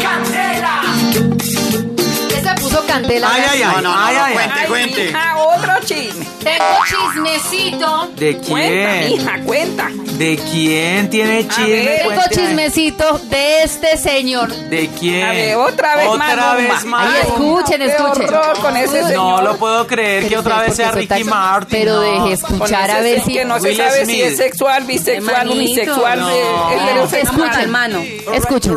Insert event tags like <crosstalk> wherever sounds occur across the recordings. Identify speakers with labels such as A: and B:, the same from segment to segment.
A: ¡Cancela!
B: Esa puso candela.
C: Ay, ay, ay.
D: No, no, no,
C: ay,
D: no,
C: ay,
D: cuente.
C: ay.
A: Ay,
D: cuente.
A: mija, otro chisme.
B: Tengo chismecito.
C: ¿De
A: Cuenta,
C: quién?
A: mija, cuenta.
C: ¿De quién tiene chisme?
A: ver.
B: Tengo
C: Cuente ahí.
B: chismecito de este señor.
C: ¿De quién?
A: A ver, otra vez más,
C: Otra
A: Maluma.
C: vez más.
B: Ay, escuchen,
A: qué
B: escuchen.
A: horror con ese
B: Uy,
A: señor.
C: No lo puedo creer que
B: Pero
C: otra
B: ustedes
C: vez sea
B: porque son
C: Ricky
B: tan-
C: Martin.
B: Pero
C: no.
B: deje
A: Con
B: escuchar
A: ese
B: a ver
A: señor
B: si.
A: que no se
C: Will
A: sabe si
C: Smith.
A: es sexual, bisexual,
E: Hermanito.
A: unisexual,
C: No.
A: eh, heterosexual.
B: Escuchen, hermano. Escuchen.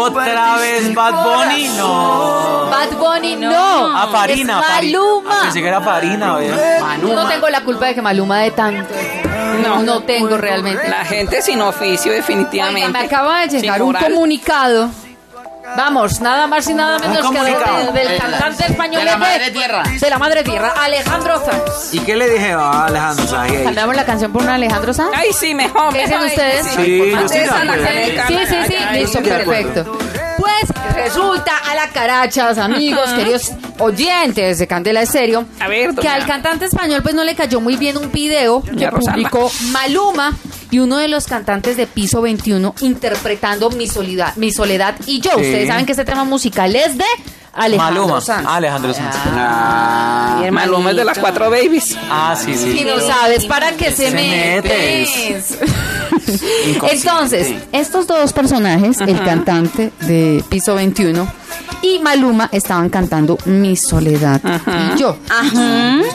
C: Otra vez Bad Bunny, no.
B: Bad Bunny no.
C: A Farina.
B: Es
C: Fari-
B: Maluma.
C: Ah, Pensé que era Farina, ¿verdad?
B: No tengo la culpa de que Maluma de tanto. No, no tengo realmente.
A: La gente sin oficio, definitivamente.
B: Oiga, me acaba de llegar
A: Sin
B: un
A: moral.
B: comunicado. Vamos, nada más y nada menos que
C: comunicado.
B: del, del cantante español
E: de la madre tierra.
B: de la madre tierra, Alejandro Sanz.
C: ¿Y qué le dije a Alejandro Sanz?
B: ¿Cantamos la canción por un Alejandro Sanz?
A: Ay, sí, mejor.
B: ¿Qué dicen
A: mejor,
B: ustedes?
C: Sí,
A: por
C: yo
A: más de
C: estoy de
A: esa la
C: acuerdo.
A: gente
B: Sí,
A: cambia,
B: sí, sí,
A: ya, ya,
B: listo,
C: de acuerdo.
B: perfecto. Pues resulta a la carachas, amigos, queridos oyentes de Candela Estéreo,
A: A ver, doña.
B: que al cantante español pues no le cayó muy bien un video que
A: Doña Rosana.
B: publicó Maluma y uno de los cantantes de Piso 21 interpretando Mi Soledad, Mi Soledad y yo.
C: Sí.
B: Ustedes saben que este tema musical es de Alejandro
C: Maluma. Ah,
B: Sanz. Ah.
C: Alejandro Sanz.
E: Ah,
A: Maluma es de las cuatro babies.
C: Ah, sí, sí.
B: Si no sabes, ¿para qué se,
C: Se
B: metes?
C: metes.
B: <laughs> Entonces, estos dos personajes, el cantante de Piso 21 y Maluma, estaban cantando Mi Soledad y yo.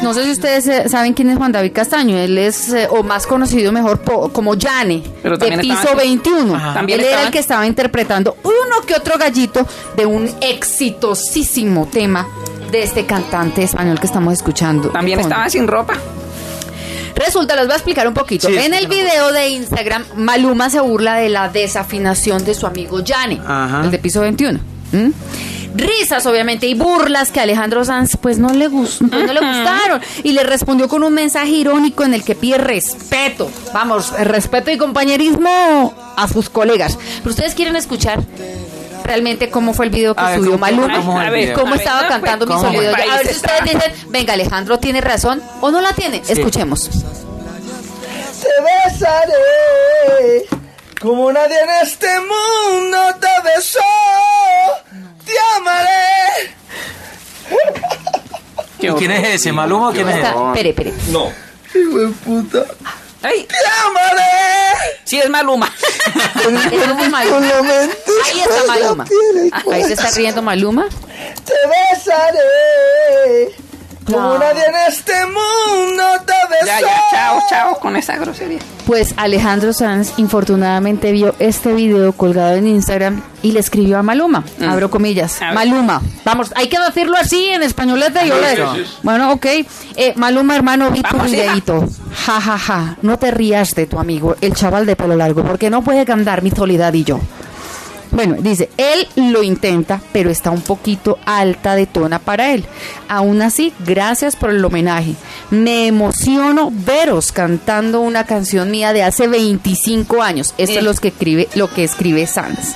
B: No sé si ustedes eh, saben quién es Juan David Castaño. Él es, eh, o más conocido mejor, po- como Yane,
A: Pero
B: de
A: también
B: Piso
A: estaba-
B: 21.
A: Ajá. También
B: Él era el
A: estaba-
B: que estaba interpretando uno que otro gallito de un exitosísimo tema de este cantante español que estamos escuchando.
A: También
B: de fondo.
A: estaba sin ropa.
B: Resulta, les voy a explicar un poquito.
C: Sí,
B: en el video de Instagram, Maluma se burla de la desafinación de su amigo Yane,
C: Ajá.
B: el de piso 21. ¿Mm? Risas, obviamente, y burlas que a Alejandro Sanz pues no le, gus- pues, no le gustaron. Y le respondió con un mensaje irónico en el que pide respeto. Vamos, eh, respeto y compañerismo a sus colegas. Pero ustedes quieren escuchar realmente cómo fue el video que
C: A ver,
B: subió
C: ¿cómo-
B: Maluma.
C: cómo- cómo es el
B: Ay,
C: video?
B: cómo
A: A ver,
B: estaba
A: no, pues,
B: cantando mi
C: ¿cómo?
B: sonido.
A: ¿Qué
B: A ver
A: país
B: si ustedes
A: está?
B: dicen, venga, Alejandro tiene razón o no la tiene. Escuchemos.
F: te besaré como nadie en este mundo te besó. Te amaré.
C: ¿Y quién es ese? ¿Maluma o quién es ese?
B: Está, pere, pere.
F: No. Hijo de puta.
A: Ay,
F: Te amaré.
A: sí es Maluma.
B: Eso es de
F: Con
B: Maluma.
F: la mente.
B: Ahí está Maluma. Ahí se está riendo Maluma.
F: Te besaré. Como
B: No.
F: nadie en este mundo te besó.
A: Ya, ya, chao, chao con esa grosería.
B: Pues Alejandro Sanz infortunadamente vio este video colgado en Instagram y le escribió a Maluma. Abro comillas.
A: A ver.
B: Maluma. Vamos, hay que decirlo así en español de
C: Eso.
B: Bueno, ok. Eh, Maluma, hermano, vi tu
A: Vamos, hija.
B: videíto. Ja, ja, ja. No te rías de tu amigo, el chaval de pelo largo, porque no puede cantar mi soledad y yo. Bueno, dice, él lo intenta, pero está un poquito alta de tona para él. Aún así, gracias por el homenaje. Me emociono veros cantando una canción mía de hace 25 años. Esto
A: Eh.
B: es lo que escribe, lo que escribe Sanz.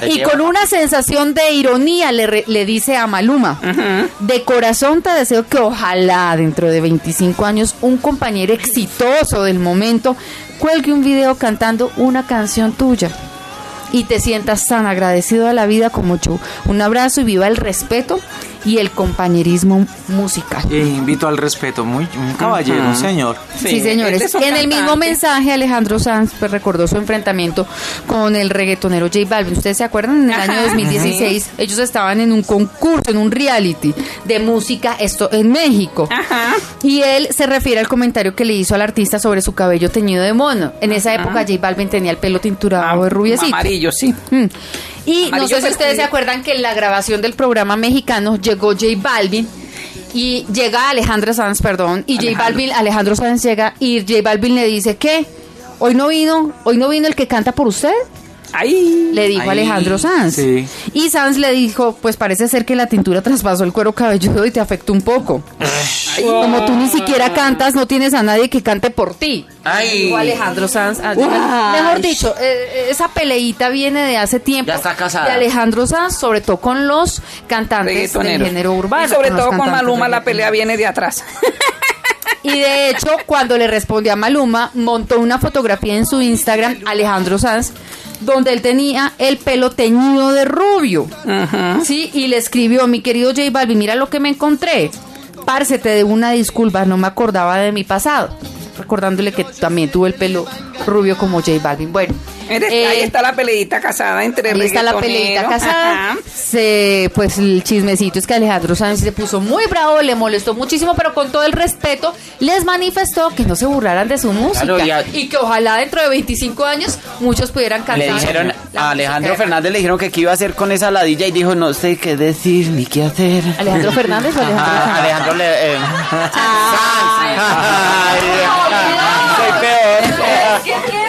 E: Ahí
B: Y
E: lleva.
B: con una sensación de ironía le, re- le dice a Maluma, de corazón te deseo que ojalá dentro de 25 años un compañero exitoso del momento cuelgue un video cantando una canción tuya y te sientas tan agradecido a la vida como yo. Un abrazo y viva el respeto y el compañerismo musical.
C: Eh, invito al respeto, muy, un caballero, un señor.
B: Sí,
A: Sí,
B: señores.
A: él es un
B: en el mismo
A: cantante.
B: mensaje, Alejandro Sanz pues, recordó su enfrentamiento con el reggaetonero J Balvin. Ustedes se acuerdan, en el
A: Ajá,
B: año 2016 ellos estaban en un concurso, en un reality de música, esto en México.
A: Ajá.
B: Y él se refiere al comentario que le hizo al artista sobre su cabello teñido de mono. En esa época J Balvin tenía el pelo tinturado de Ah, rubiecito.
A: Ah, Amarillo, sí.
B: Mm. Y no
A: Amarillo
B: sé
A: es
B: si
A: el
B: ustedes se
A: judío.
B: acuerdan que en la grabación del programa mexicano llegó J Balvin y llega Alejandro Sanz, perdón, y J Balvin, Alejandro Sanz llega y J Balvin le dice, ¿qué? Hoy no vino, hoy no vino el que canta por usted,
A: Ay.
B: le dijo
C: Ay,
B: Alejandro Sanz.
C: sí.
B: Y Sanz le dijo, pues parece ser que la tintura traspasó el cuero cabelludo y te afectó un poco. Como tú ni siquiera cantas, no tienes a nadie que cante por ti.
E: Ay.
B: Dijo Alejandro Sanz. a-
E: Uah.
B: Mejor dicho, eh, eh, esa peleita viene de hace tiempo.
E: Ya está casada.
B: De Alejandro Sanz, sobre todo con los cantantes del
A: Reggaetoneros.
B: género urbano.
A: Y sobre
B: los
A: todo con
B: cantantes
A: Maluma la
B: reggaetoneros.
A: pelea viene de
B: <laughs>
A: atrás.
B: Y de hecho, cuando le respondió a Maluma, montó una fotografía en su Instagram, Alejandro Sanz, donde él tenía el pelo teñido de rubio.
A: Ujú.
B: Sí, y le escribió, mi querido J Balvin, mira lo que me encontré. Parce, te debo una disculpa, no me acordaba de mi pasado. Recordándole que también tuve el pelo rubio como J Balvin. Bueno,
A: Eres-
B: eh,
A: ahí está la peleita casada entre
B: ahí está la
A: reggaetonero.
B: peleita casada.
A: Ajá.
B: Se, pues el chismecito es que Alejandro Sánchez se puso muy bravo, le molestó muchísimo, pero con todo el respeto les manifestó que no se burlaran de su música.
E: Claro, y a-
B: y que ojalá dentro de 25 años muchos pudieran cantar.
E: Le dijeron
B: la
E: a Alejandro
B: música de-
E: Fernández, le dijeron que qué iba a hacer con esa ladilla y dijo, no sé qué decir ni qué hacer.
B: Alejandro Fernández o Alejandro
E: Ah, Alejandro le... eh, <laughs> Ay, soy peor.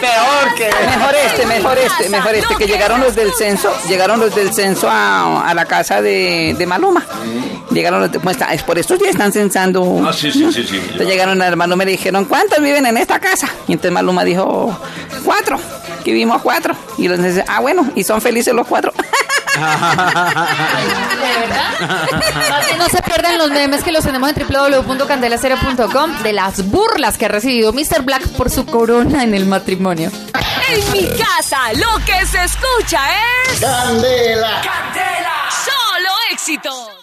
E: Peor que...
A: Mejor este, mejor este, mejor este, que llegaron los del censo, llegaron los del censo a, a la casa de, de Maluma. Llegaron los de- pues, está- es por estos días están censando.
D: Ah, sí, sí, sí, sí.
A: Entonces llegaron a Maluma y le dijeron, ¿cuántos viven en esta casa? Y entonces Maluma dijo, cuatro, que vivimos cuatro. Y los dice, ah, bueno, y son felices los cuatro. <laughs>
B: ¿De verdad? Más que no se pierdan los memes que los tenemos en www.candelacero.com de las burlas que ha recibido Mr. Black por su corona en el matrimonio.
G: En mi casa lo que se escucha es... ¡Candela! ¡Candela! ¡Solo éxitos!